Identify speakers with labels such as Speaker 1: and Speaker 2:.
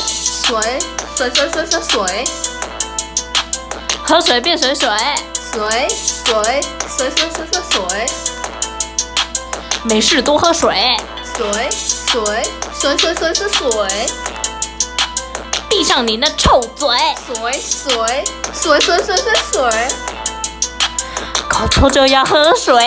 Speaker 1: 水水水水水水
Speaker 2: 喝水变水水，
Speaker 1: 水水水水水水水
Speaker 2: 没事多喝水，
Speaker 1: 水水水水水水水。
Speaker 2: 闭上你那臭嘴，
Speaker 1: 水水水水水水水，
Speaker 2: 口臭就要喝水。